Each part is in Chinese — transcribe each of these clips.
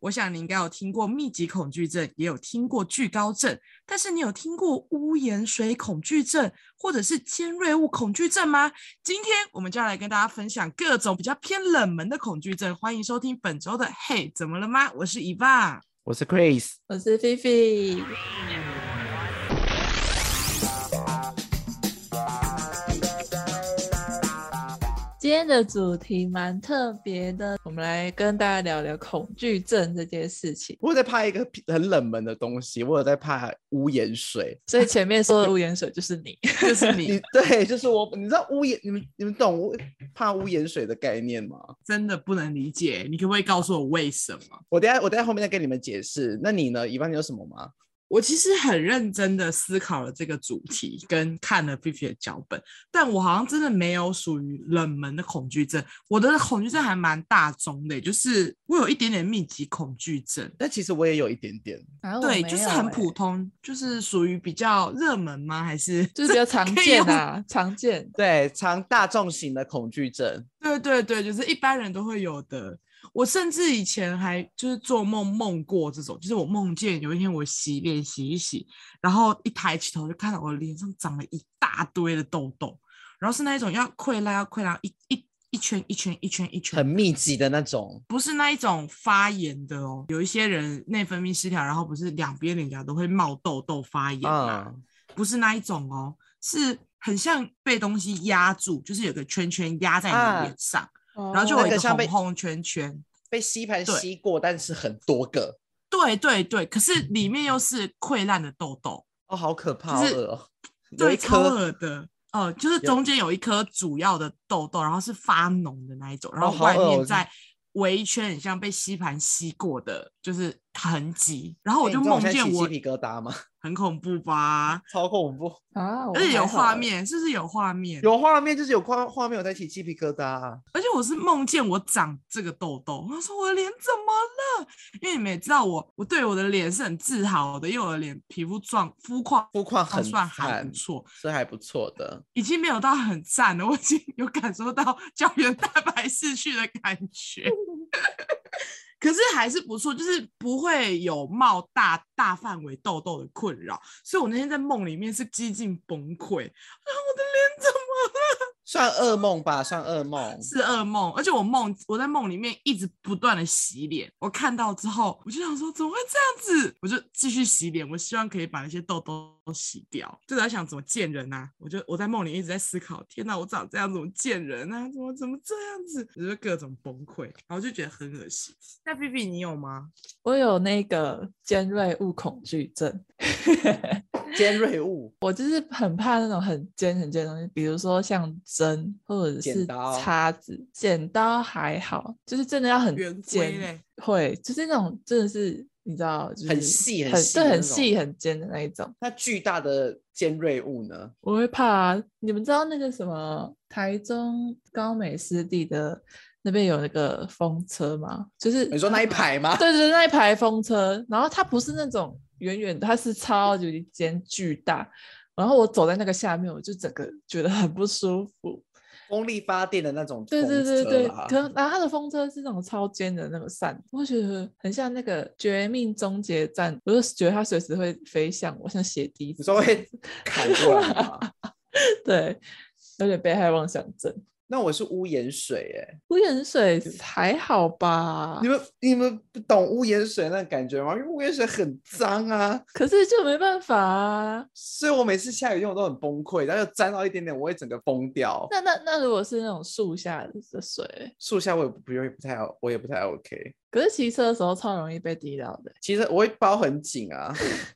我想你应该有听过密集恐惧症，也有听过惧高症，但是你有听过屋檐水恐惧症或者是尖锐物恐惧症吗？今天我们就要来跟大家分享各种比较偏冷门的恐惧症。欢迎收听本周的《嘿，怎么了吗？》我是伊爸，我是 Chris，我是菲菲。今天的主题蛮特别的，我们来跟大家聊聊恐惧症这件事情。我有在怕一个很冷门的东西，我有在怕屋檐水。所以前面说的屋檐水就是你，就是你 你，对，就是我，你知道屋檐，你们你们懂屋怕屋檐水的概念吗？真的不能理解，你可不可以告诉我为什么？我等一下我等一下后面再跟你们解释。那你呢？一般你有什么吗？我其实很认真的思考了这个主题，跟看了 Fifi 的脚本，但我好像真的没有属于冷门的恐惧症。我的恐惧症还蛮大宗的，欸就是我有一点点密集恐惧症，但其实我也有一点点，啊对，就是很普，通，就是属于比较热门吗？还是我没有欸就是比较常可以见用啊，常见。对，常大众型的恐惧症。对对对，就是一般人都会有的。我甚至以前还就是做梦梦过这种，就是我梦见有一天我洗脸洗一洗，然后一抬起头就看到我脸上长了一大堆的痘痘，然后是那一种要溃烂要溃烂一一一圈一圈一圈一圈，很密集的那种，不是那一种发炎的哦。有一些人内分泌失调，然后不是两边脸颊都会冒痘痘发炎嘛，嗯，不是那一种哦，是很像被东西压住，就是有个圈圈压在你的啊脸上。然然后就有那一个哦个像被红红圈圈。被吸盘对吸过，但是很多个，对对对，可嗯是里面又是溃烂的痘痘，哦，好可怕，就是好恶哦有对，一超颗，恶的。呃，就是中间有一颗主要的痘痘，然后是发脓的那一种，然哦后好外恶面哦再围一圈，很像被吸盘吸过的，就是痕迹。然后我哎就你知道梦现在见起我鸡，皮疙瘩吗？很恐怖吧？超恐怖，啊，哦我而且有还好画欸，面，是不是有画面？哎有画面就是有画画面，我在起鸡皮疙瘩啊。而且我是梦见我长这个痘痘，我说我的脸怎么了？因为你们也知道我，我对我的脸是很自豪的，因为我的脸皮肤状肤况肤哦况很哦算还惨不错，是还不错的。已经没有到很赞了，我已经有感受到胶原蛋白失去的感觉。 可是还是不错，就是不会有冒大大范围痘痘的困扰，所以我那天在梦里面是几近崩溃，啊，我的脸怎么算噩梦吧，算噩梦。是噩梦，而且我梦我在梦里面一直不断的洗脸，我看到之后我就想说怎么会这样子，我就继续洗脸，我希望可以把那些痘痘都洗掉。就在想怎么见人啊，我就我在梦里一直在思考，天哪，我长这样怎么见人啊？怎么怎么这样子？我就各种崩溃，然后就觉得很恶心。那 B B 你有吗？我有那个尖锐物恐惧症。尖锐物，我就是很怕那种很尖很尖的东西，比如说像针或者剪是刀叉子、剪刀还好，就是真的要很圆规尖，嘞，会就是那种真的是你知道，就是很细很很细的对，那很种细很尖的那一种，那巨大的尖锐物呢？我会怕啊、你们知道那个什么台中高美湿地的那边有那个风车吗？就是你说那一排 吗？对对，那一排风车，然后它不是那种远远的，它是超级间巨大。然后我走在那个下面，我就整个觉得很不舒服。风力发电的那种对对对风对，车可啦能然后它的风车是那种超尖的那个扇，我觉得很像那个《绝命终结站》，我就觉得它随时会飞向我，像血滴你子这说样子。会砍过来吗？ 对，有点被害妄想症。那我是屋檐水哎、污染水还好吧？你们你们不懂屋檐水那感觉吗？因为屋檐水很脏啊，可是就没办法啊。所以我每次下雨天我都很崩溃，然后又沾到一点点，我会整个疯掉。那那那如果是那种树下的水，树下我也不不愿意，不太好，我也不太 OK。可是骑车的时候超容易被滴到的。其实我会包很紧啊，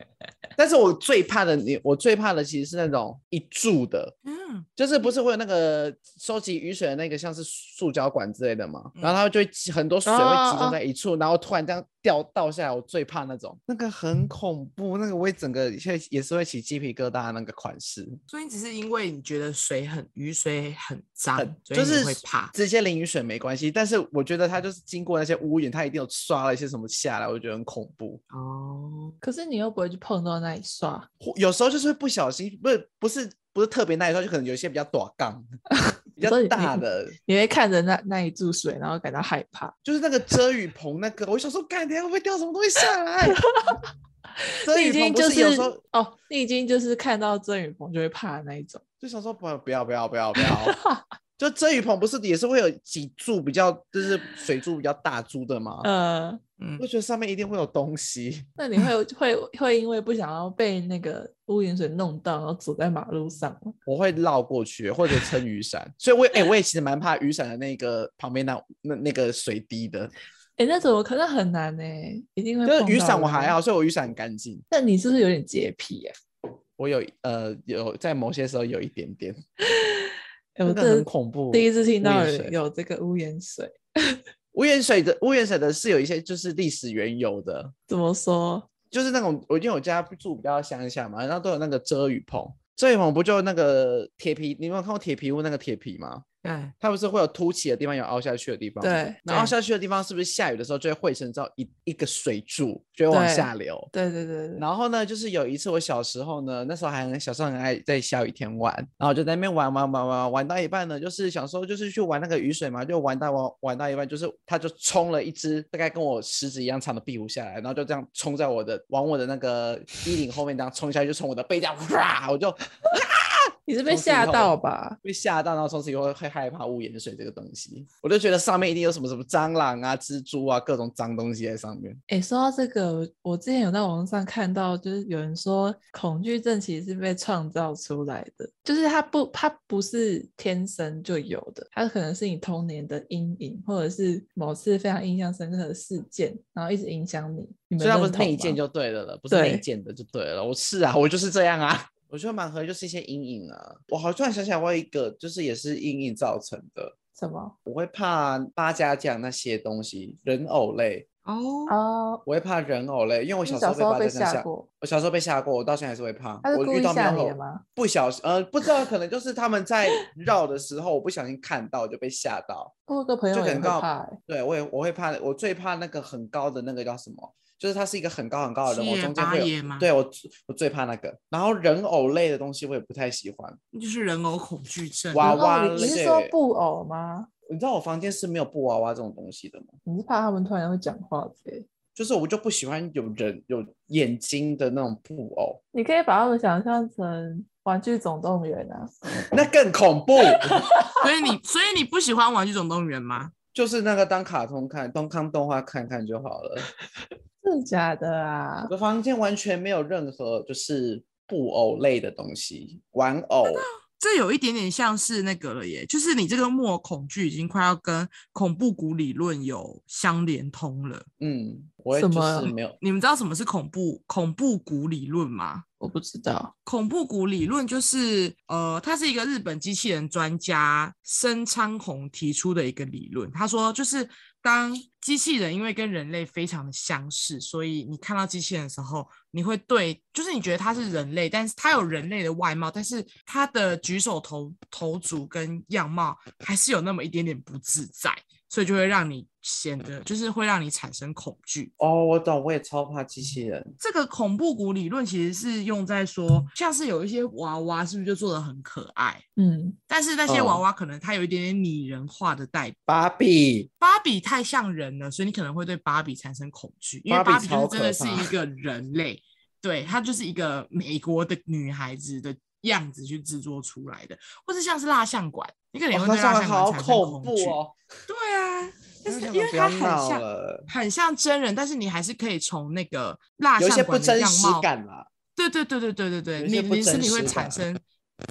但是我最怕的你，我最怕的其实是那种一柱的，嗯，就是不是会有那个收集雨水的那个像是塑胶管之类的嘛，嗯然后它就会集很多水哦会哦集哦中在一处，然后突然这样掉倒下来，我最怕那种，那个很恐怖，那个我会整个现在也是会起鸡皮疙瘩的那个款式，所以你只是因为你觉得水很雨水很脏，很所以就你是会怕。直接淋雨水没关系，但是我觉得它就是经过那些屋檐，它一定有刷了一些什么下来，我觉得很恐怖。哦，可是你又不会去碰到那一刷， 或有时候就是会不小心，不是不是不是特别那一套，就可能有一些比较短杠， 比较所以你大的，你会看着那那一注水，然后感到害怕。就是那个遮雨棚那个，我想说，干，等一下会不会掉什么东西下来？ 遮你已雨经棚不就是有时候哦，你已经就是看到郑雨鹏就会怕的那一种。就想说不要不要不要不要不要，就遮雨棚不是也是会有几柱比较就是水柱比较大柱的吗？呃，嗯我，觉得上面一定会有东西，那你会会会因为不想要被那个污染水弄到，然后走在马路上吗？我会绕过去或者撑雨伞，所以我也哎、我也其实蛮怕雨伞的那个旁边那那那个水滴的，哎、那怎么可能很难呢、一定会。就是雨伞我还。好，所以我雨伞很干净，那你是不是有点洁癖、欸？我有呃有在某些时候有一点点，哎、我真的哦这很恐怖第一次听污到染有水有这个污染水，污染水的污染水的是有一些就是历史缘由的，怎么说？就是那种，我因为我家住比较乡下嘛，然后都有那个遮雨棚，遮雨棚不就那个铁皮？你有没有看过铁皮屋那个铁皮吗？对，它不是会有凸起的地方，有凹下去的地方。。对然后凹对下去的地方是不是下雨的时候就会汇成到一一个水柱，就会往对下流？对对对对，然后呢，就是有一次我小时候呢，那时候还很小时候很爱在下雨天玩，然后就在那边玩玩玩玩玩到一半呢，就是想说就是去玩那个雨水嘛，就玩到玩玩到一半，就是它就冲了一只大概跟我食指一样长的壁虎下来，然后就这样冲在我的往我的那个衣领后面这样冲下去，就从我的背这样哇，我就你是从被此以吓后到吧？被吓到，然后从此以后会害怕污盐水这个东西，我就觉得上面一定有什么什么蟑螂啊、蜘蛛啊各种脏东西在上面。哎、说到这个，我我之前有在网上看到，就是有人说恐惧症其实是被创造出来的，就是它不它不是天生就有的，它可能是你童年的阴影，或者是某次非常印象深刻的事件，然后一直影响你。你们所以它不认是内同建吗就对了了，不是内对建的就对了。我是啊，我就是这样啊。我觉得盲盒就是一些阴影啊。我好突然想起来，我有一个就是也是阴影造成的，什么？我会怕八家将那些东西，人偶类，哦，哦，我会怕人偶类，因为我我小小时时候候被八被家将吓吓，过，我小时候被吓过，我到现在还是会怕。他是我故遇意到喵吓你猴的吗？不小心，呃，不知道，可能就是他们在绕的时候，我不小心看到就被吓到。我有个朋友就也可会能刚好怕、欸，对我也我会怕，我最怕那个很高的那个叫什么？就是它是一个很高很高的七人偶，爷中间八会有爷吗？对我最我最怕那个，然后人偶类的东西我也不太喜欢。那就是人偶恐惧症。娃然后娃你你是类说布偶吗？你知道我房间是没有布娃娃这种东西的吗？你是怕他们突然会讲话之类的？就是我就不喜欢有人有眼睛的那种布偶，你可以把他们想象成《玩具总动员》啊，那更恐怖。 所以你，所以你不喜欢《玩具总动员》吗？就是那个当卡通看，当看动画看看就好了。真的假的啊我？的房间完全没有任何就是布偶类的东西，玩偶。这有一点点像是那个了耶，就是你这个木偶恐惧已经快要跟恐怖谷理论有相连通了。嗯，我也什就么是没有。你们知道什么是恐怖恐怖谷理论吗？我不知道，恐怖谷理论就是，呃，它是一个日本机器人专家深昌宏提出的一个理论。他说，就是当机器人因为跟人类非常的相似，所以你看到机器人的时候，你会对，就是你觉得它是人类，但是它有人类的外貌，但是它的举手投投足跟样貌还是有那么一点点不自在，所以就会让你显得，就是会让你产生恐惧。哦，我懂，我也超怕机器人。这个恐怖谷理论其实是用在说，像是有一些娃娃是不是就做的很可爱，嗯，但是那些娃嗯娃可能它有一点点拟人化的代表。芭比，芭比太像人了，所以你可能会对芭比产生恐惧，因为芭芭比比就是超真的可是怕一个人类，对，她就是一个美国的女孩子的样子去制作出来的，或是像是蜡像馆，你可能也哦会那对蜡上像面馆好产生恐恐怖惧。哦！对啊，但那是想因说为不它要很闹像了，很像真人，但是你还是可以从那个蜡有一些像不馆的真样实貌感啦。对对对对对对对，有一些你不你身真体会实产感生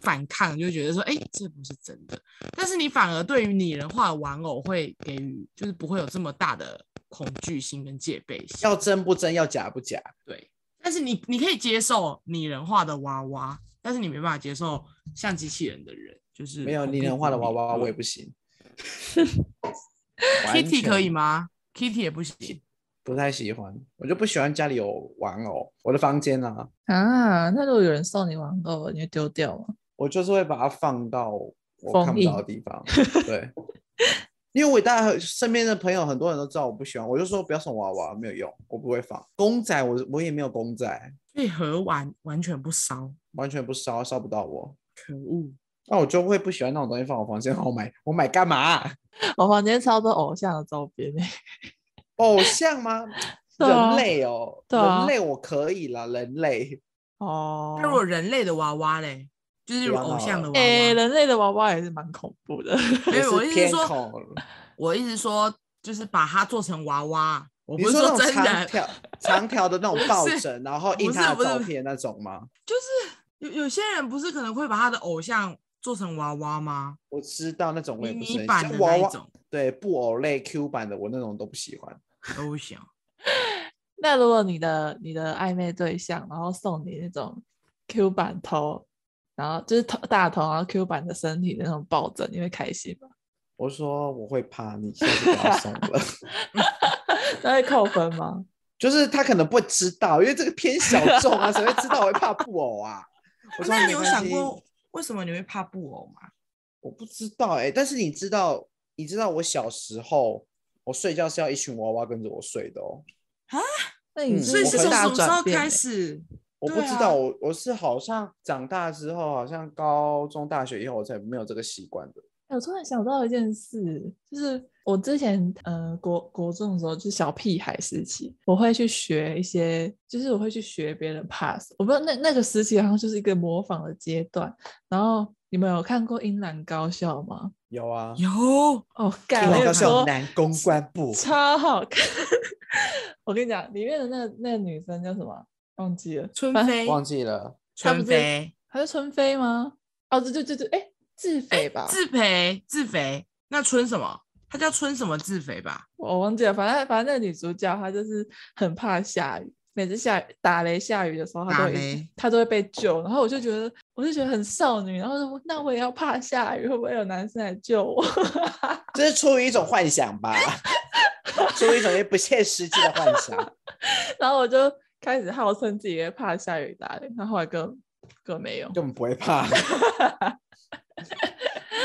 反抗，就觉得说，哎、这不是真的。但是你反而对于拟人化的玩偶会给予，就是不会有这么大的恐惧心跟戒备心。要真不真，要假不假。对，但是你你可以接受拟人化的娃娃，但是你没办法接受像机器人的人，就是没有恐拟怖人化的谷娃理娃，我也论不行。 呃完 Kitty 可全以吗？Kitty 也不行。不太喜欢，我就不喜欢家里有玩偶。我的房间啊，啊，那如果有人送你玩偶，你会丢掉吗？我就是会把它放到我封看不印到的地方。对，因为我大家身边的朋友很多人都知道我不喜欢，我就说不要送娃娃，没有用，我不会放。公仔我我也没有公仔，所以盒玩完全不烧，完全不烧，烧不到我。可恶！那我就会不喜欢那种东西放我房间，我买我买干嘛啊、 我房间超多偶像的周 边诶、偶像吗？对啊人类哦，对啊人类我可以啦，人类哦那，如果人类的娃娃嘞，就是不要偶闹像的了娃诶、娃，哎人类的娃娃也是蛮恐怖的。 没也有，我是意思是偏说，恐。我意思是说，就是把它做成娃娃，我你不是是那种真长人，条、长条的那种抱是枕，然后印不是他的不是照片那种吗？就是有有些人不是可能会把他的偶像做成娃娃吗？我知道那种我迷也不是你很版的像娃那一娃， 种对布偶类 Q 版的我那种都不喜欢。都想。那如果你的你的暧昧对象，然后送你那种 Q 版头，然后就是头大头，然后 Q 版的身体的那种抱枕，你会开心吗？ 我说我会怕你，下次不要送 了。那会扣分吗？就是他可能不知道，因为这个偏小众啊，谁会知道我会怕布偶啊？我说那你没有关想系过为什么你会怕布偶吗？我不知道哎、但是你知道，你知道我小时候我睡觉是要一群娃娃跟着我睡的哦。那你嗯所以我是会从很大什么时转候变开 欸？始？我不对知啊道，我我是好像长大之后，好像高中、大学以后，我才没有这个习惯的。我突然想到一件事，就是我之前呃国国中的时候，就是小屁孩时期，我会去学一些，就是我会去学别人 pass。我不知道那那个时期好像就是一个模仿的阶段。然后你们有看过《樱兰高校》吗？有啊，有，哦，樱干！我兰跟高你校说，男公关部，超好看。 我跟你讲，里面的那那个女生叫什么？啊忘记了，春反正飞，忘记了，他不春是飞，她是春飞吗？哦，对对对对，哎，自肥吧，自肥，自肥。那春什么？他叫春什么自肥吧？我忘记了，反正反正那个女主角她就是很怕下雨，每次下雨打雷下雨的时候，她打都会雷她都会被救。然后我就觉得，我就觉得很少女，然后说那我也要怕下雨，会不会有男生来救我？ 这是出于一种幻想吧， 出于一种也不切实际的幻想。然后我就开始号称自己会怕下雨打雷，然后后来根根本没有。根本不 会怕。对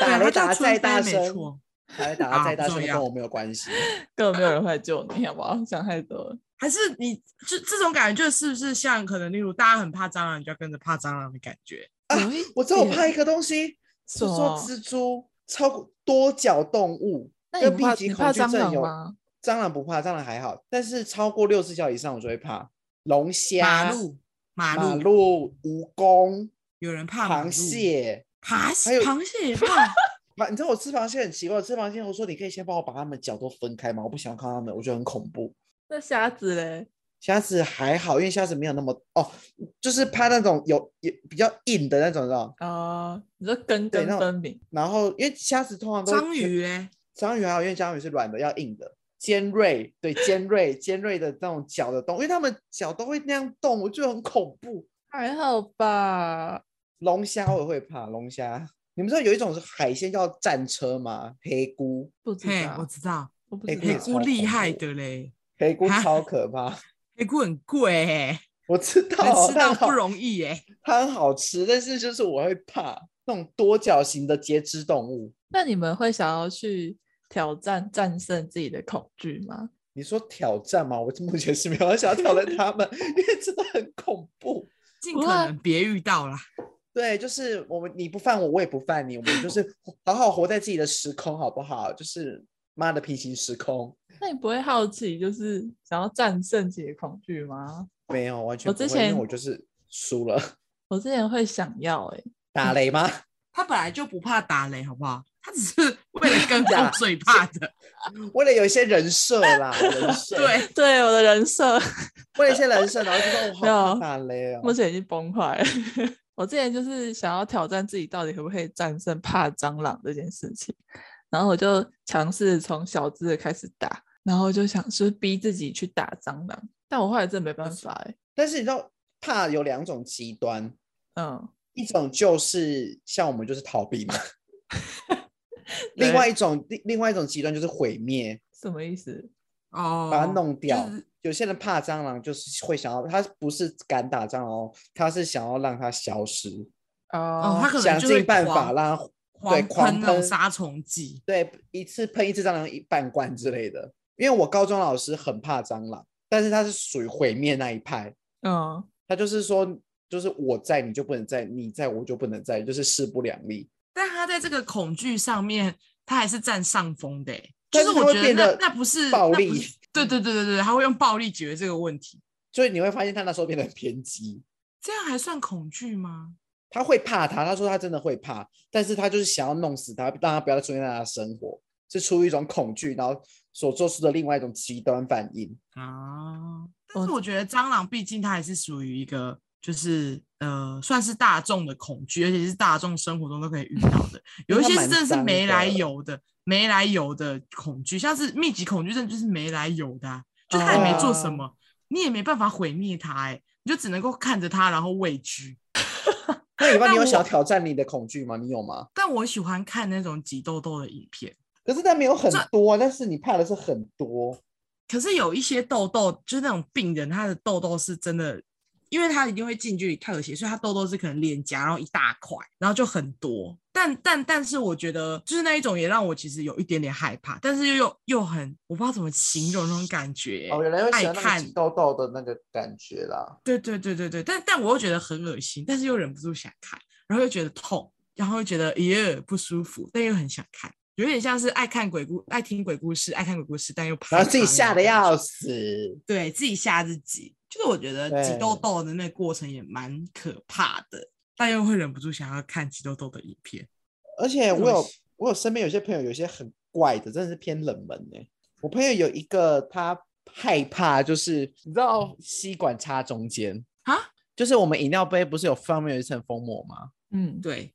打啊他叫雷打得春再大飞，没声，错。打雷打得再啊大不声重跟要我没有关系。根本没有人会来救你，好不好？想太多了。还是你这这种感觉，就是不是像可能例如大家很怕蟑螂，你就要跟着怕蟑螂的感觉？有一啊我知道我点怕一个东西，是什说么蜘蛛超过多脚动物，那跟你不 B 怕级你恐怕惧蟑症螂有吗？蟑螂不怕，蟑螂还好，但是超过六只脚以上我就会怕。龙马虾、路，马马路，路、蜈蚣、有人怕马螃路，蟹。螃 还蟹，有螃蟹也怕。啊，你知道我吃螃蟹很奇怪，我吃螃蟹我说你可以先帮我把它们脚都分开吗？我不想看它们，我觉得很恐怖。那瞎子嘞？虾子还好，因为虾子没有那么哦，就是怕那种有有比较硬的那种，你知道？哦，你说根对根那种分明，然后因为虾子通常都章，鱼嘞，章鱼还好，因为章鱼是软的，要硬的，尖锐，对，尖锐，尖锐的那种脚的动物，因为它们脚都会那样动，我觉得很恐怖。还好吧？龙虾我也会怕，龙虾，你们知道有一种海鲜叫战车吗？黑菇，不知嘿，我道，知道，我不哎知可以黑道超菇厉恐害怖的嘞，黑菇哈超可怕，黑菇很贵 欸，我知道，能吃但到好不容易 哎。它很好吃，但是就是我会怕那种多角形的节肢动物。那你们会想要去挑战战胜自己的恐惧吗？你说挑战吗？我目前是没有想要挑战他们，因为真的很恐怖。尽不可会啊能别遇到啦。对，就是我们你不犯我，我也不犯你，我们 就是好好活在自己的时空，好不好？就是妈的平行时空，那你不会好奇，就是想要战胜自己的恐惧吗？没有完全我不会，之因前为我就是输了。我之前会想要、欸，打雷吗？ 他本来就不怕打雷，好不好？他只是为了跟呀风最怕 的。为了有一些人设啦，人设，对，对我的人设为了一些人设，然后 就说我没好有怕打雷哦目。前已经崩坏了。 我之前就是想要挑战自己到底可不可以战胜怕蟑螂这件事情，然后我就尝试从小只的开始打，然后就想是逼自己去打蟑螂，但我后来真的没办法、欸，但是你知道，怕有两种极端，嗯，一种就是像我们就是逃避 嘛，另外一种另另外一种极端就是毁灭。什么意思？哦，把它弄掉。是有些人怕蟑螂，就是会想要，他不是敢打蟑螂哦，他是想要让它消失，哦，哦他可能想就尽会办法狂让它对狂狂喷那种喷杀虫剂。对一次喷一次蟑螂一半罐之类的。因为我高中老师很怕蟑螂，但是他是属于毁灭那一派，嗯，他就是说，就是我在你就不能在，你在我就不能在，就是势不两立。但他在这个恐惧上面，他还是占上风的、欸。就但是是他我会觉变得得那那不是暴那不力是对对对对对，他会用暴力解决这个问题，所以你会发现他那时候变得很偏激。这样还算恐惧吗？他会怕他，他说他真的会怕，但是他就是想要弄死他，让他不要再出现在他的生活，是出于一种恐惧，然后所做出的另外一种极端反应。啊，但是我我觉得蟑螂毕竟它还是属于一个就是呃算是大众的恐惧，而且是大众生活中都可以遇到的，有因为一它些蛮是真的是脏没来的由的，没来由的恐惧，像是密集恐惧症就是没来由的啊、就他也没做什啊么，你也没办法毁灭它、哎，你就只能够看着它然后畏惧。那以外，那你有我想要挑战你的恐惧吗？你有吗？但我喜欢看那种挤痘痘的影片，可是但没有很这多啊，但是你怕的是很多。可是有一些痘痘，就是那种病人，他的痘痘是真的，因为他一定会近距离特写，所以他痘痘是可能脸颊，然后一大块，然后就很多。但但但是，我觉得就是那一种也让我其实有一点点害怕，但是又又又很我不知道怎么形容那种感觉、哦，原来会喜爱欢那个看挤，痘痘的那个感觉啦。对对对对对，但但我又觉得很恶心，但是又忍不住想看，然后又觉得痛，然后又觉得耶不舒服，但又很想看，有点像是爱看鬼故、爱听鬼故事、爱看鬼故事，但又怕然后自己怕那吓种得感觉要死，对自己吓自己。就是我觉得挤对痘痘的那个过程也蛮可怕的，但又会忍不住想要看挤痘痘的影片。而且这我种有喜我有身边有些朋友，有些很怪的，真的是偏冷门呢、我朋友有一个，他害怕就是你知道吸管插中间啊，就是我们饮料杯不是有上面有一层封膜吗？嗯，对，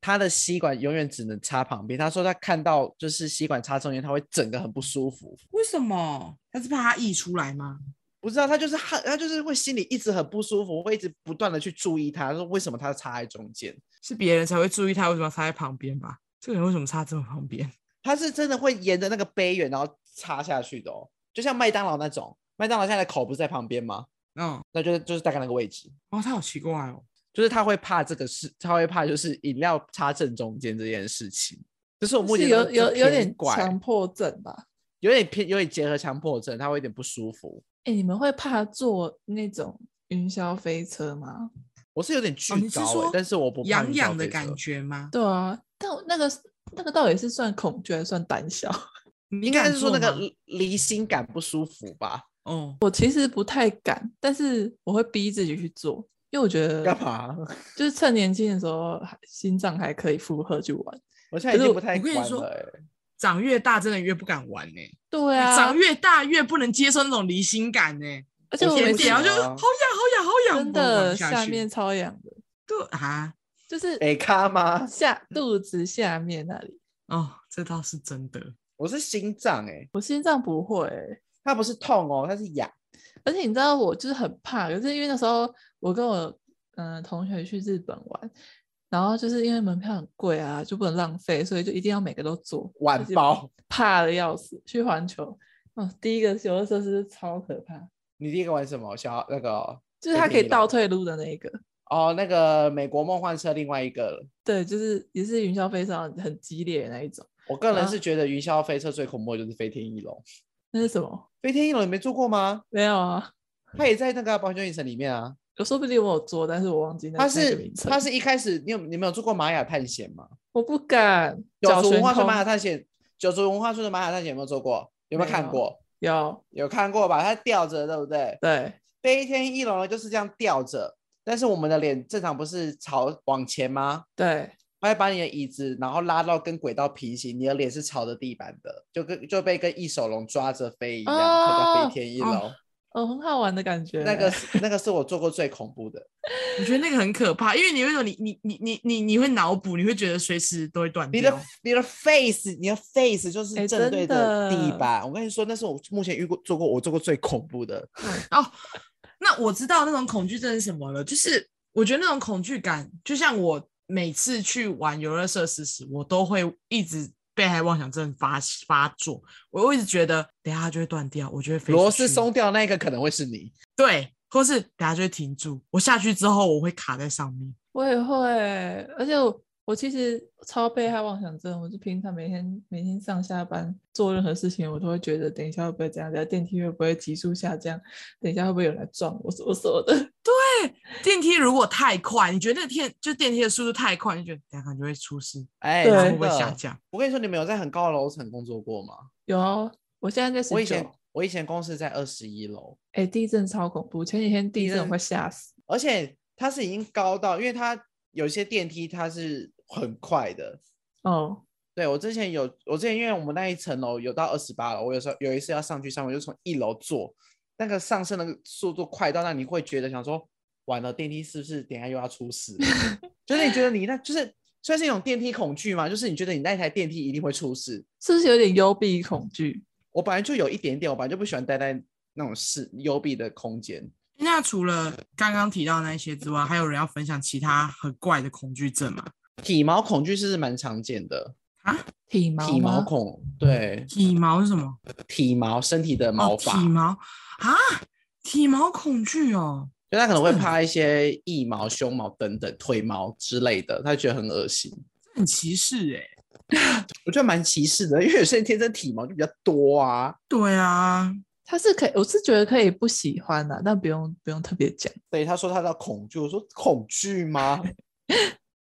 他的吸管永远只能插旁边。他说他看到就是吸管插中间，他会整个很不舒服。为什么？他是怕它溢出来吗？不知道他就是他，他就是会心里一直很不舒服，会一直不断的去注意他，说为什么他插在中间。是别人才会注意他为什么要插在旁边吧？这个人为什么插这么旁 边？它是真的会沿着那个杯缘然后插下去的哦，就像麦当劳那种，麦当劳现在的口不是在旁边吗？嗯，那就是就是大概那个位置，哇，他好奇怪哦。就是他会怕这个事，他会怕就是饮料插正中间这件事情。就是我目是前有有有点强拐，迫症吧？有点偏有点结合强迫症，他会有点不舒服。哎、你们会怕坐那种云霄飞车吗？我是有点哦，巨你是高、欸说但是我不怕痒晕痒霄的飞感车，觉吗？对啊，但我那个是那个到底是算恐惧还是算胆小？ 你应该敢是说那做个吗离离心感不舒服吧？ 哦，我其实不太敢，但是我会逼自己去做，因为我觉得干嘛？就是趁年轻的时候还心脏还可以负荷去玩。我现在已可经是我不太我跟你管说了、欸。长越大真的越不敢玩呢、对啊，长越大越不能接受那种离心感呢、而且我有每一不次点，然后就行是好啊痒好痒好痒，真我的玩下去面超痒的，对啊，就是哎、咖吗？下肚子下面那里，哦，这倒是真的。我是心脏哎、我心脏不会欸、它不是痛哦，它是痒。而且你知道我就是很怕，可是因为那时候我跟我嗯、呃同学去日本玩，然后就是因为门票很贵啊，就不能浪费，所以就一定要每个都做晚，包就。怕的要死。去环球，哦，第一个游乐设施超可怕，你第一个玩什么？小那个哦就是北它京可一以楼倒退路的那一个，哦，那个美国梦幻车另外一个，对，就是也是云霄飞车很激烈的那一种。我个人啊是觉得云霄飞车最恐怖的就是飞天翼龙。那是什么？飞天翼龙你没坐过吗？没有啊，它也在那个环球影城里面啊。有说不定我有做，但是我忘记那它那个是名称它是一开始你有你没有坐过玛雅探险吗？我不敢。九脚族文悬化村空玛雅探险，九族文化村的玛雅探险有没有坐过？有没有没看有过？有有看过吧？它吊着对不对？对，飞天翼龙呢就是这样吊着，但是我们的脸正常不是朝往前吗？对，他会把你的椅子，然后拉到跟轨道平行，你的脸是朝着地板的，就跟就被跟一手龙抓着飞一样，它叫哦飞天翼哦龙。哦，很好玩的感觉欸。那个是那个是我做过最恐怖的。我觉得那个很可怕，因为你有一种你你你你你你会脑补，你会觉得随时都会断你掉的。你的 face，你的 face 就是哎正真对着地的板。我跟你说，那是我目前遇过做过我做过最恐怖的。那我知道那种恐惧症是什么了，就是我觉得那种恐惧感，就像我每次去玩游乐设施时，我都会一直被害妄想症发发作，我会一直觉得等一下它就会断掉，我就会飞出螺丝去松掉那一个可能会是你，对，或是等一下就会停住，我下去之后我会卡在上面。我也会，而且我我其实超被害妄想症，我就平常每天每天上下班做任何事情，我都会觉得等一下会不会这样，等一下电梯会不会急速下降，等一下会不会有人来撞我，什么什么的。电梯如果太快，你觉得那个天就电梯的速度太快，你觉得等下可能就会出事，哎，对然后会真不会下的。降？我跟你说，你们有在很高的楼层工作过吗？有啊，我现在在我以十前九，我以前公司在二十一楼，哎，地震超恐怖，前几天地地震我震快吓死。而且它是已经高到，因为它有一些电梯它是很快的。哦，对我之前有，我之前因为我们那一层楼有到二十八楼，我有时候有一次要上去上，我就从一楼坐，那个上升的速度快到让你会觉得想说，完了电梯是不是等一下又要出事了？ 就是你觉得你那就是算是一种电梯恐惧嘛，就是你觉得你那台电梯一定会出事。是不是有点幽闭恐惧？我本来就有一点点，我本来就不喜欢待在那种室幽闭的空间。那除了刚刚提到的那些之外，还有人要分享其他很怪的恐惧症吗？体毛恐惧是蛮常见的，体毛体毛吗恐对体毛是什么？体毛身体的毛哦、发，体毛啊，体毛恐惧哦。就他可能会真的怕一些腋毛、胸毛等等、腿毛之类的，他觉得很恶心。这很歧视哎、我觉得蛮歧视的，因为有些人天生体毛就比较多啊。对啊，他是可以，我是觉得可以不喜欢的、但不用不用特别讲。对，他说他叫恐惧，我说恐 惧吗？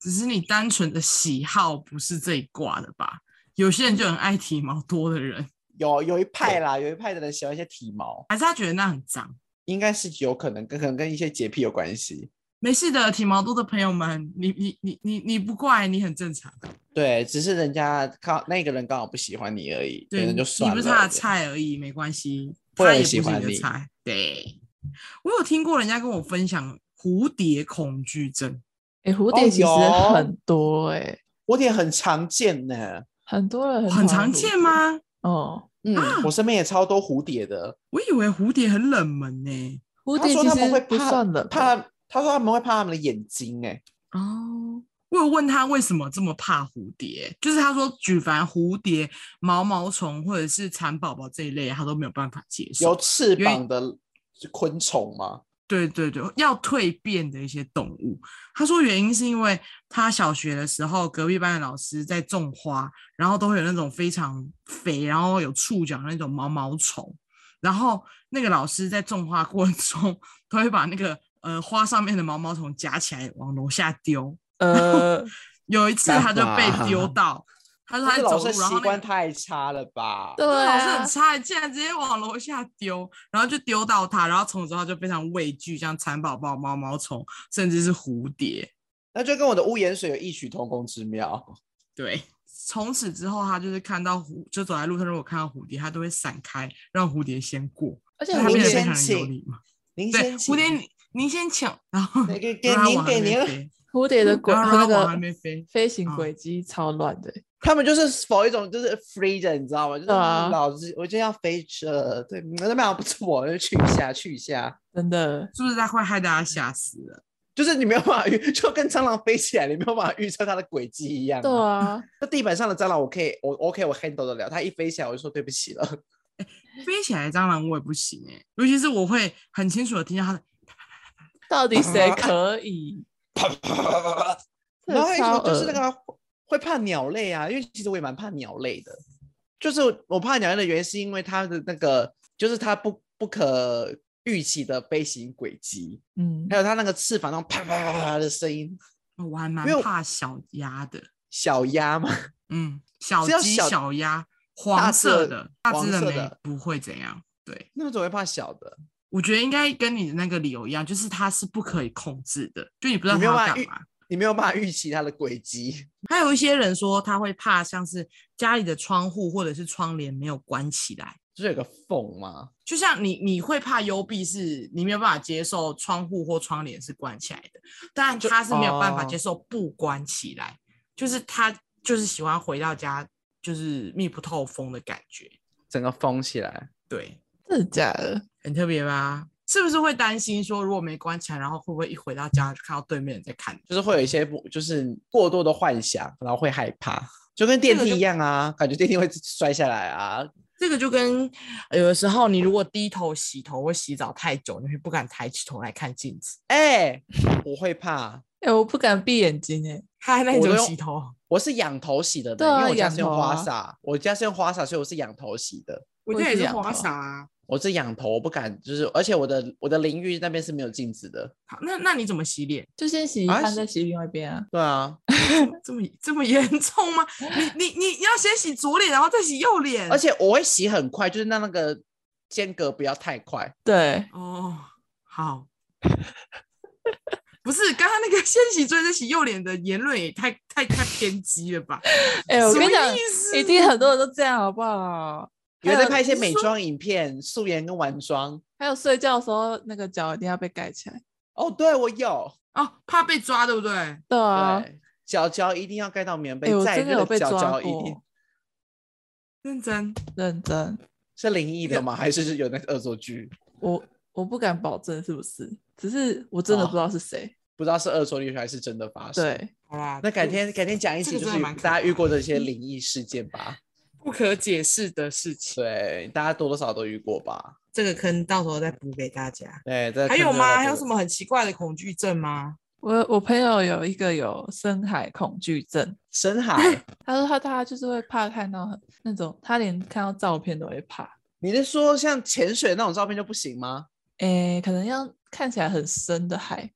只是你单纯的喜好不是这一挂的吧？有些人就很爱体毛多的人，有有一派啦，有一派的人喜欢一些体毛，还是他觉得那很脏。应该是有可能跟可能跟一些洁癖有关系。没事的，体毛多的朋友们，你你你你你不怪，你很正常。对，只是人家靠那个人刚好不喜欢你而已，可对，能就算你了。不是他的菜而已，没关系，会他很也喜不是欢的你菜。对，我有听过人家跟我分享蝴蝶恐惧症，哎、蝴哦蝶其实有很多哎、我也很常见呢、很多人很讨常厌蝴见蝶？吗？哦，嗯，啊我身边也超多蝴蝶的。我以为蝴蝶很冷门呢、蝴他蝶说其他们实会不怕算冷门，怕他，他说他们会怕他们的眼睛、欸，哎，哦，我有问他为什么这么怕蝴蝶，就是他说，举凡蝴蝶、毛毛虫或者是蚕宝宝这一类，他都没有办法接有受。翅因为膀的昆虫吗？对对对，要蜕变的一些动物。他说原因是因为他小学的时候，隔壁班的老师在种花，然后都会有那种非常肥，然后有触角的那种毛毛虫。然后那个老师在种花过程中， 都会把那个呃花上面的毛毛虫夹起来往楼下丢。 呃，有一次干他就嘛被丢 到，他说这他在老走师路，然后习那惯个太差了吧？对那老师啊很，差，竟然直接往楼下丢，然后就丢到他，然后从此之后他就非常畏惧，像蚕宝宝、毛毛虫，甚至是蝴蝶。那就跟我的屋檐水有异曲同工之妙。对，从此之后他就是看到蝴，就走在路上如果看到蝴蝶，他都会闪开，让蝴蝶先过，而且所以他蝴变得非先蝶常有请礼貌。您对，先蝴蝶请您您先抢，然后给给给让它您往给那边您，飞，蝴蝶嗯的轨然后让啊那它往还个没飞。 飞行啊轨迹超乱的欸、他们就是否一种就是 free 的，你知道吗？就是嗯对啊老子我今天要飞车，对，嗯那边好像不错，就去一下去一下，真的。是不是他会害大家吓死了？就是你没有办法预，就跟蟑螂飞起来，你没有办法预测它的轨迹一样、对啊，那地板上的蟑螂，我可以，我 OK，我 handle 得了。它一飞起来，我就说对不起了。 飞起来的蟑螂我也不行哎、尤其是我会很清楚的听见它的，到底谁 可以？这啊然后还有一超种就是恶那个啊会怕鸟类啊，因为其实我也蛮怕鸟类的。就是我怕鸟类的原因，是因为它的那个，就是它不不可预期的飞行轨迹，嗯还，有它那个翅膀那种啪啪啪啪啪的声音。哦我还蛮没有怕小鸭的，小鸭嘛， 嗯，小要鸡、小小鸭，大黄色只的，大黄只的色没的不会怎样。对，那我怎么会怕小的？我觉得应该跟你的那个理由一样，就是它是不可以控制的，就你不知道你它没有要办法干预嘛。你没有办法预期它的轨迹。 还有一些人说他会怕，像是家里的窗户或者是窗帘没有关起来，就是有个缝嘛，就像你你会怕幽闭，是你没有办法接受窗户或窗帘是关起来的，但就他是没有办法哦接受不关起来，就是他就是喜欢回到家就是密不透风的感觉，整个封起来。对，真的假的？很特别吧？是不是会担心说如果没关起来，然后会不会一回到家就看到对面人在看你？就是会有一些不，就是过多的幻想，然后会害怕，就跟电这个梯就一样啊，感觉电梯会摔下来啊。这个就跟呃有的时候你如果低头洗头或洗澡太久，你会不敢抬起头来看镜子。哎、我会怕，哎、我不敢闭眼睛哎、他还 那我种都用洗头，我是仰头洗的呢，对啊因为我家是用仰头花啊洒，我家是用花洒，所以我是仰头洗的。我我觉得也也是是仰花头洒啊。我是仰头，我不敢，就是而且我的我的淋浴那边是没有镜子的。好，那那你怎么洗脸？ 就先洗一啊半，是再洗另外一边啊。对 啊，这么这么严重吗？你你你要先洗左脸，然后再洗右脸，而且我会洗很快，就是让那个间隔不要太快。对，哦，好， 不是刚刚那个先洗左脸再洗右脸的言论也太太太偏激了吧？哎、我什跟么你讲意，思一定很多人都这样，好不好？有还人在有拍一些你是美说妆影片，素颜跟晚妆。还有睡觉的时候，那个脚一定要被盖起来。哦，对我有，哦，怕被抓，对不对？对啊，对，脚脚一定要盖到棉被哎、，我再真的热有被的脚抓脚一定过，认真，认真，是灵异的吗？还是是有那个恶作剧？我我不敢保证是不是，只是我真的哦不知道是谁。不知道是恶作剧还是真的发生。，对，好啦，那改就天改天讲一这起，个就真是的蛮可大家遇怕过的一些灵异事件吧。不可解释的事情，对，大家多多少少都遇过吧？这个坑到时候再补给大家。对，这还有看热闹吗？不还有热什么很奇怪的恐惧症吗？我我朋友有一个有深海恐惧症，深海？ 他说他他就是会怕看到很那种，他连看到照片都会怕。你是说像潜水那种照片就不行吗？诶、可能要看起来很深的海，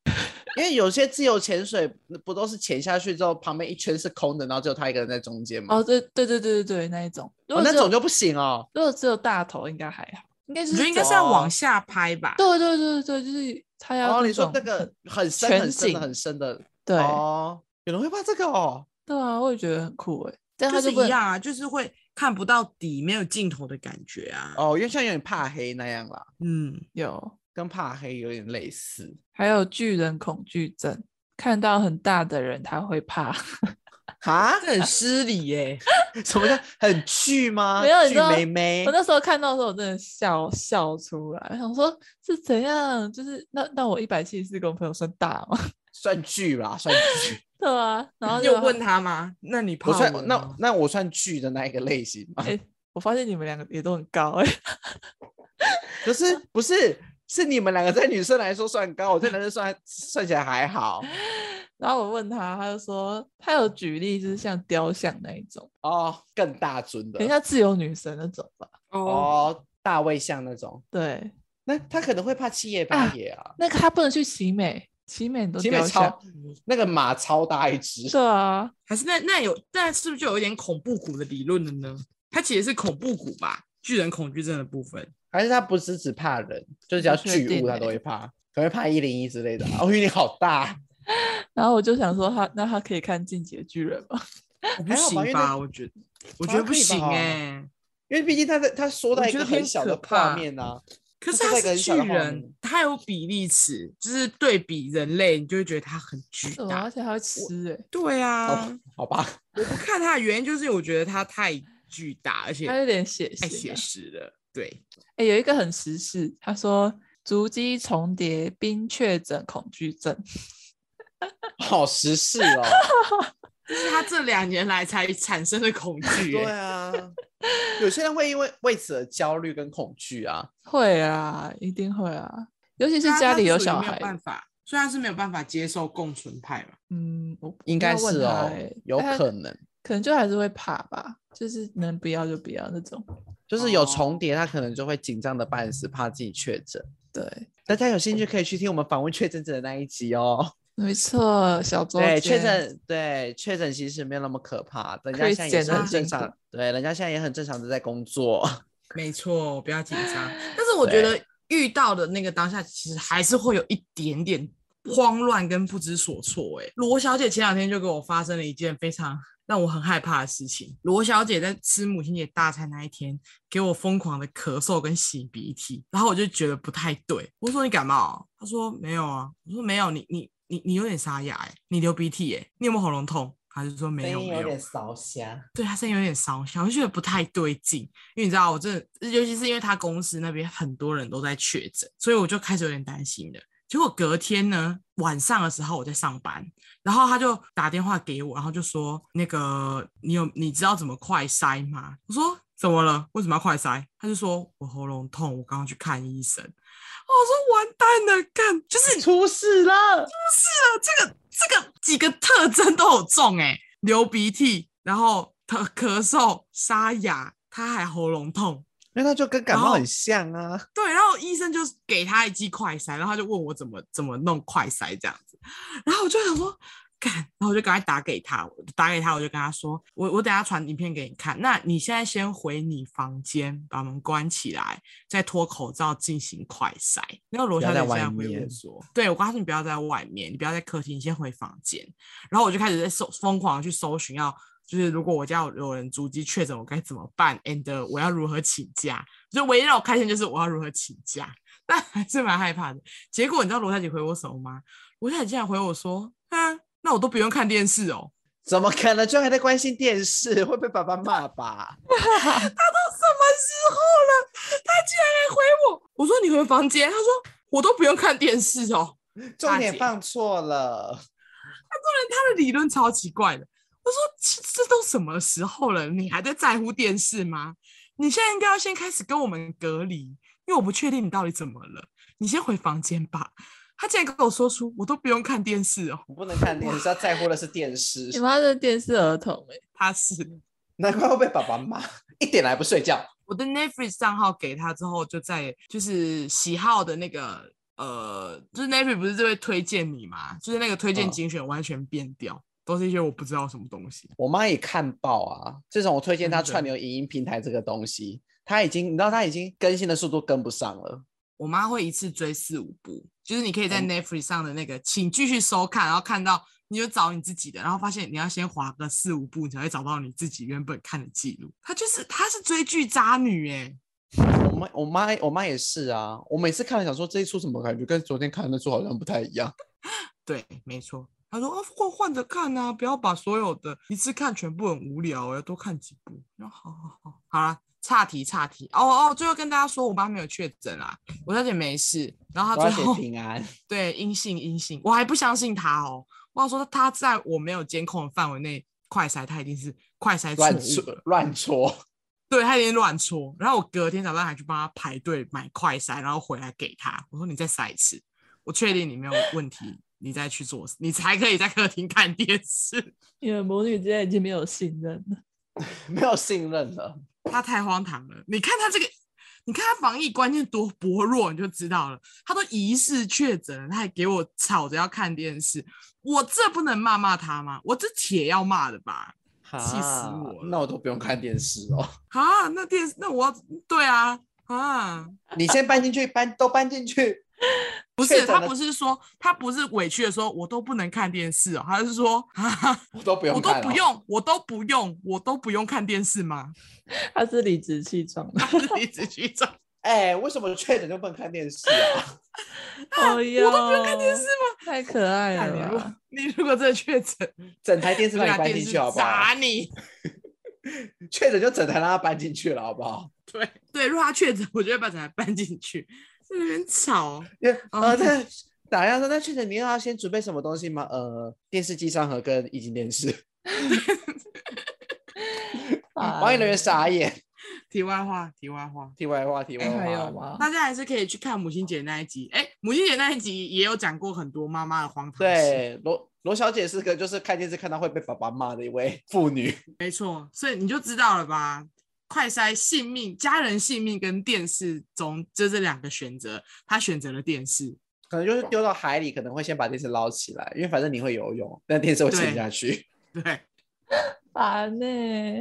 因为有些自由潜水不都是潜下去之后旁边一圈是空的，然后只有他一个人在中间吗？哦，对对对对对对，那一种。如哦，果那只有种就不行哦。如果只有大头，应该还好，应该我就觉是得应该走是要往哦下拍吧。对对对对，就是他要哦，你说种那个很很深全很深的景很深的，对、哦，有人会怕这个哦。对啊，我也觉得很酷诶。但就他是不一能样啊，就是会看不到底，没有尽头的感觉啊。哦，因为像有点怕黑那样啦，嗯，有，跟怕黑有点类似。还有巨人恐惧症，看到很大的人他会怕。哈，这很失礼耶、 什么叫很巨吗？没有你巨知道妹妹我。那时候看到的时候，我真的笑笑出来，我想说是怎样？就是那那我一百七十四公分有算大吗？ 算巨啦，算巨。对啊，然后你就有问，他吗？那你怕我算我那吗哦那我算巨的那一个类型吗？哎、我发现你们两个也都很高哎、可是不是是你们两个在女生来说算高，我在男生算算起来还好 然后我问他，他就说他有举例，就是像雕像那一种，哦，更大尊等一的下自由女神那种吧。哦，哦，大卫像那种。对，那他可能会怕七爷八啊爷啊，那个他不能去奇美，奇美很多奇美啊雕像超。那个马超大一只，对啊，还是那那有那是不是就有一点恐怖谷的理论了呢？它其实是恐怖谷吧，巨人恐惧症的部分。还是他不是只怕人，就是只要不确巨物定他欸都会怕，可能会怕一零一之类的啊。哦，因为你好大，然后我就想说他，那他可以看《进击的巨人》吗？ 我不还好吧因行为那吧？我觉得，我觉得不行好像可以吧哎、因为毕竟他在他缩到我一觉个得很偏小可的画怕面啊，可是它是他在一个是很巨小的画人面，他有比例尺，就是对比人类，你就会觉得他很巨对啊，大而。且他会吃哎、对啊，好吧？我不看他的原因就是因为我觉得他太巨大，而且他有点血腥、太啊。写实了。对，哎、有一个很时事，他说足迹重叠冰确诊恐惧症，好时事哦。这是他这两年来才产生的 恐惧、对欸。啊，有些人会因为为此而焦虑跟恐惧啊。会啊，一定会啊，尤其是虽然家他里有属于小没有孩办的，法，虽然是没有办法接受共存派嘛，嗯，我应要该问是他哦欸，有但可能可能就还是会怕吧，就是能不要就不要那种。就是有哦重叠，他可能就会紧张的半死，怕自己确诊。对，大家有兴趣可以去听我们访问确诊者的那一集哦。没错，小周对，确间诊，对确诊其实没有那么可怕，人家现在也 Christian 是很很正辛常苦，对，人家现在也很正常的在工作。 没错，不要紧张。但是我觉得遇到的那个当下，其实还是会有一点点慌乱跟不知所措、欸。哎，罗小姐前两天就给我发生了一件非常让我很害怕的事情。罗小姐在吃母亲节大餐那一天，给我疯狂的咳嗽跟擤鼻涕，然后我就觉得不太对。我说你感冒哦、她说没有啊。我说没有，你你你你有点沙哑哎、你流鼻涕哎、你有没有喉咙痛？她就说没有，声音没有。烧 瞎。对他声音有点烧香，我就觉得不太对劲，因为你知道，我真的，尤其是因为他公司那边很多人都在确诊，所以我就开始有点担心了。结果隔天呢，晚上的时候我在上班，然后他就打电话给我，然后就说：“那个，你有你知道怎么快筛吗？”我说：“怎么了？为什么要快筛？”他就说：“我喉咙痛，我刚刚去看医生。”我说：“完蛋了，干，就是出事了！这个这个几个特征都有中哎、流鼻涕，然后咳咳嗽、沙哑，他还喉咙痛。因为那就跟感然冒后很像啊。对，然后医生就给他一剂快筛，然后他就问我怎么怎么弄快筛这样子，然后我就想说，干，然后我就赶快打给他，我打给他，我就跟他说，我我等下传影片给你看，那你现在先回你房间，把门关起来，再脱口罩进行快筛。然后罗不小要姐在现外在回我面说，对我告诉你不要在外面，你不要在客厅，你先回房间。然后我就开始在搜疯狂地去搜寻要。就是如果我家有有人足迹确诊，我该怎么办？and 我要如何请假？就唯一让我开心就是我要如何请假，但还是蛮害怕的。结果你知道罗小姐回我什么吗？罗小姐竟然回我说：“啊，那我都不用看电视哦。怎么可能？居然还在关心电视，会被爸爸骂吧？”她都什么时候了，她竟然还回我？我说你回房间，她说我都不用看电视哦。重大点姐放错了，她的理论超奇怪的。我说这这都什么时候了，你还在在乎电视吗？你现在应该要先开始跟我们隔离，因为我不确定你到底怎么了。你先回房间吧。她竟然跟我说出我都不用看电视哦。我不能看电视，要在乎的是电视你。妈是电视儿童哎、他是难怪会被爸爸骂，一点来不睡觉。我的 Netflix 账号给他之后，就再也就是喜好的那个呃，就是 Netflix 不是就会推荐你嘛，就是那个推荐嗯精选完全变掉，都是一些我不知道什么东西。我妈也看爆啊！自从我推荐她真的串流影音平台这个东西，她已经，你知道她已经更新的速度跟不上了。我妈会一次追四五部，就是你可以在嗯 Netflix 上的那个，请继续收看，然后看到你就找你自己的，然后发现你要先划个四五部，你才会找到你自己原本看的记录。她就是她是追剧渣女哎、我妈，我妈，我妈也是啊。我每次看了想说这一出怎么感觉跟昨天看的那出好像不太一样。对，没错。他说：“啊，换换着看啊，不要把所有的一次看全部，很无聊、要多看几部。”然后好好好，好啦，岔题岔题。哦哦，最后跟大家说，我妈没有确诊啦，我小姐没事。然后我她要最写后 平安，对阴性阴性，我还不相信她哦。我要说她在我没有监控的范围内快筛，她一定是快筛乱错误戳了，乱戳。对她一定乱戳。然后我隔天早上还去帮她排队买快筛，然后回来给她，我说你再筛一次，我确定你没有问题，你再去做，你才可以在客厅看电视。你们母女之间已经没有信任了。没有信 任了。他太荒唐了，你看他这个，你看他防疫观念多薄弱，你就知道了。他都疑似确诊了，他还给我吵着要看电视，我这不能骂骂他吗？我这铁要骂的吧？气死哈我了那我都不用看电视哦。啊，那电视，那我要对啊啊，你先搬进去，搬都搬进去。不确是诊他了不是说他不是委屈的说，我都不能看电视哦，他是说啊，我都不用我看、都不。用，我都不用，我都不用看电视吗？他是理直气壮的。他是一直去找 哎、为什么确诊就不能看电视啊？哦哟， 我都不用看电视吗？太可爱那你了如吧果！你如果真的确诊，整台电视就拿让你搬电进视去好不好砸？你。确诊就整台让它搬进去了好不好？对对，如果他确诊，我就会把整台搬进去，在那边吵。因为呃，哦那打样说那确诊你又要先准备什么东西吗？呃，电视机上盒跟液晶电视。呃防疫人员傻眼。题外话，题外话，题外话，题外哎话。欸还有吗？大家还是可以去看母亲节那一集。哎，母亲节那一集也有讲过很多妈妈的荒唐事，对，罗罗小姐是个就是看电视看到会被爸爸骂的一位妇女。没错，所以你就知道了吧？快筛性命、家人性命跟电视中，就这两个选择，他选择了电视。可能就是丢到海里，可能会先把电视捞起来，因为反正你会游泳，但电视会沉对下去。 对，烦欸呢、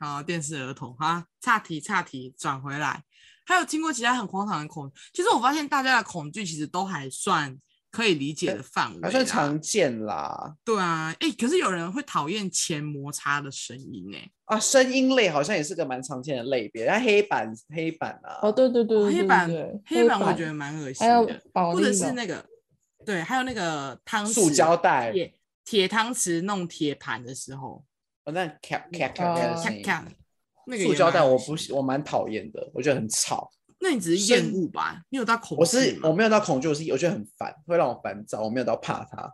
好，电视儿童哈，岔题岔题，转回来。还有听过其他很荒唐的恐，其实我发现大家的恐惧其实都还算可以理解的范围啦，还算常见啦。对啊，哎、可是有人会讨厌钱摩擦的声音呢、欸啊，声音类好像也是个蛮常见的类别，像黑板、黑板啊，哦，对对对对黑对板对，黑板我觉得蛮恶还心有的，保或利者是龙那个对，还有那个汤匙塑胶袋，铁铁汤匙弄铁盘的时候，哦，那咔咔咔咔的哦咔声音。咔，那个塑也胶蛮袋恶我心不的喜，我蛮讨厌的，我觉得很吵。那你只是声厌恶吧？你有到恐惧我是吗我没有到恐惧，我是我觉得很烦，会让我烦躁，我没有到怕它。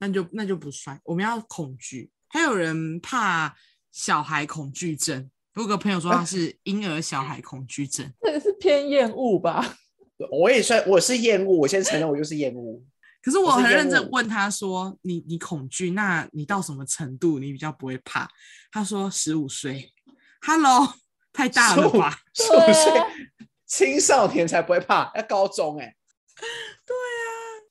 那就那就不算。我们要恐惧，还有人怕小孩恐惧症。我有个朋友说他 是婴儿小孩恐惧症，这个是偏厌恶吧？我也算我是厌恶，我先承认我就是厌恶。可是我是很认烟真雾问他说：“你你恐惧，那你到什么程度你比较不会怕？”他说：“十五岁。”Hello，太大了吧？十 五对岁啊青少年才不会怕，要高中哎、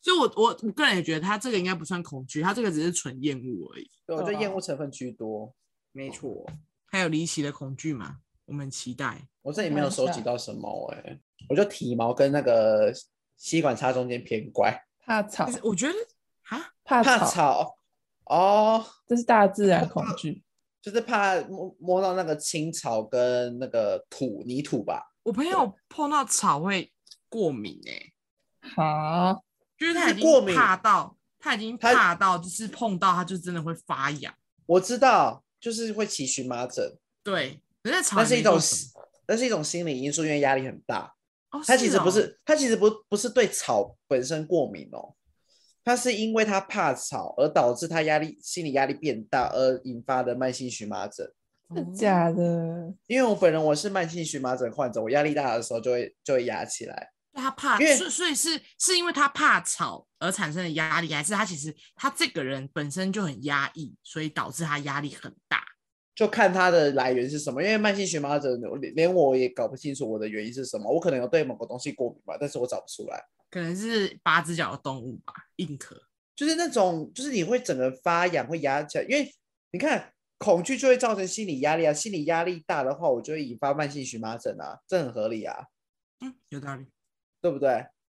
所以我，我我个人也觉得他这个应该不算恐惧，他这个只是纯厌恶而已。对，我觉得对啊厌恶成分居多。没错，还有离奇的恐惧嘛？我们期待。我这里看没有一收集下到什么哎、我就体毛跟那个吸管插中间偏乖，怕草但，是我觉得啊，怕怕草，吵哦，这是大自然恐惧。就是怕摸摸到那个青草跟那个土泥土吧。我朋友碰到草会过敏哎、好，就是他是已过经敏怕到，他已经他怕到，就是碰到他就真的会发痒。我知道，就是会起荨麻疹，对，人啊家草那也是一没种做什么，那是一种心理因素，因为压力很大。哦，他其实哦不是，他其实不不是对草本身过敏哦，他是因为他怕草而导致他压力心理压力变大而引发的慢性荨麻疹。哦真的假的？因为我本人我是慢性荨麻疹患者，我压力大的时候就会就会压起来。他怕，因为所以所以是是因为他怕吵而产生的压力，还是他其实他这个人本身就很压抑，所以导致他压力很大？就看它的来源是什么，因为慢性荨麻疹，我连连我也搞不清楚我的原因是什么。我可能有对某个东西过敏吧，但是我找不出来。可能是八只脚的动物吧，硬壳。就是那种，就是你会整个发痒，会压起来，因为你看恐惧就会造成心理压力啊，心理压力大的话，我就会引发慢性荨麻疹啊，这很合理啊，嗯，有道理。对不对？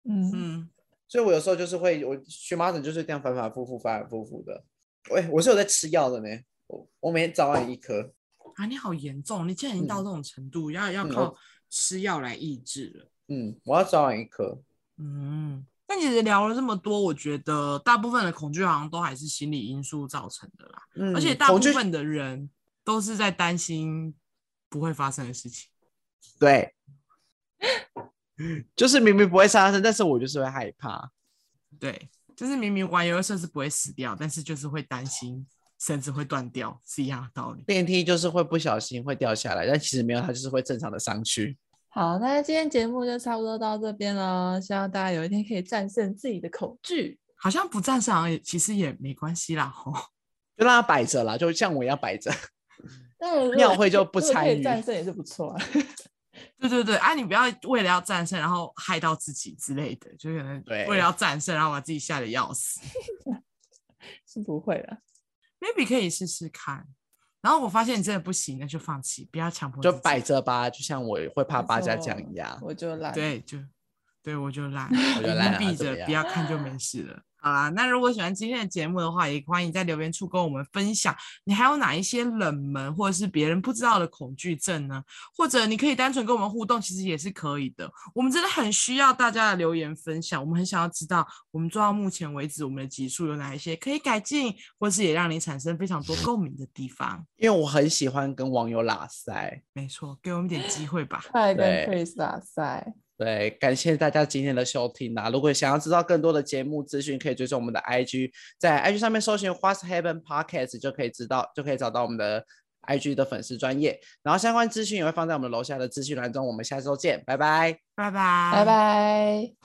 嗯，嗯，所以我有时候就是会，我荨麻疹就是这样反反复复、反反复复的。喂，我是有在吃药的呢，我我每天早晚一颗。啊，你好严重，你现在已经到这种程度，要要嗯靠我吃药来抑制了。嗯，我要早晚一颗。嗯，但其实聊了这么多，我觉得大部分的恐惧好像都还是心理因素造成的啦，嗯，而且大部恐惧分的人都是在担心不会发生的事情。对， 就是明明不会杀生，但是我就是会害怕。对，就是明明玩游乐设施不会死掉，但是就是会担心绳子会断掉，是一样的道理。电梯就是会不小心会掉下来，但其实没有，它就是会正常的上去。好，那今天节目就差不多到这边了，希望大家有一天可以战胜自己的恐惧。好像不站上也其实也没关系啦，吼。就让它摆着啦，就像我一样摆着。但如果庙会就不如果可参以与战胜也是不错啊。 对对对，啊，你不要为了要战胜，然后害到自己之类的，就可能对为了要战胜，然后把自己吓得要死。是不会了， maybe 可以试试看。然后我发现你真的不行，那就放弃，不要强迫就自己摆。着吧，就像我会怕八家将一样。我就懒。对，就对我就懒，我就眼睛懒啊闭怎么着样不要看就没事了。好啦，那如果喜欢今天的节目的话，也欢迎在留言处跟我们分享，你还有哪一些冷门或者是别人不知道的恐惧症呢？或者你可以单纯跟我们互动，其实也是可以的。我们真的很需要大家的留言分享，我们很想要知道我们做到目前为止我们的集数有哪一些可以改进，或是也让你产生非常多共鸣的地方。因为我很喜欢跟网友拉塞。没错，给我们点机会吧。快跟对 Chris 拉塞，对，感谢大家今天的收听啦！如果想要知道更多的节目资讯，可以追踪我们的 IG，在 IG 上面搜寻 What's Heaven Podcast 就可以知道，就可以找到我们的 IG 的粉丝专业。然后相关资讯也会放在我们楼下的资讯栏中。我们下周见，拜拜。拜拜，拜。拜。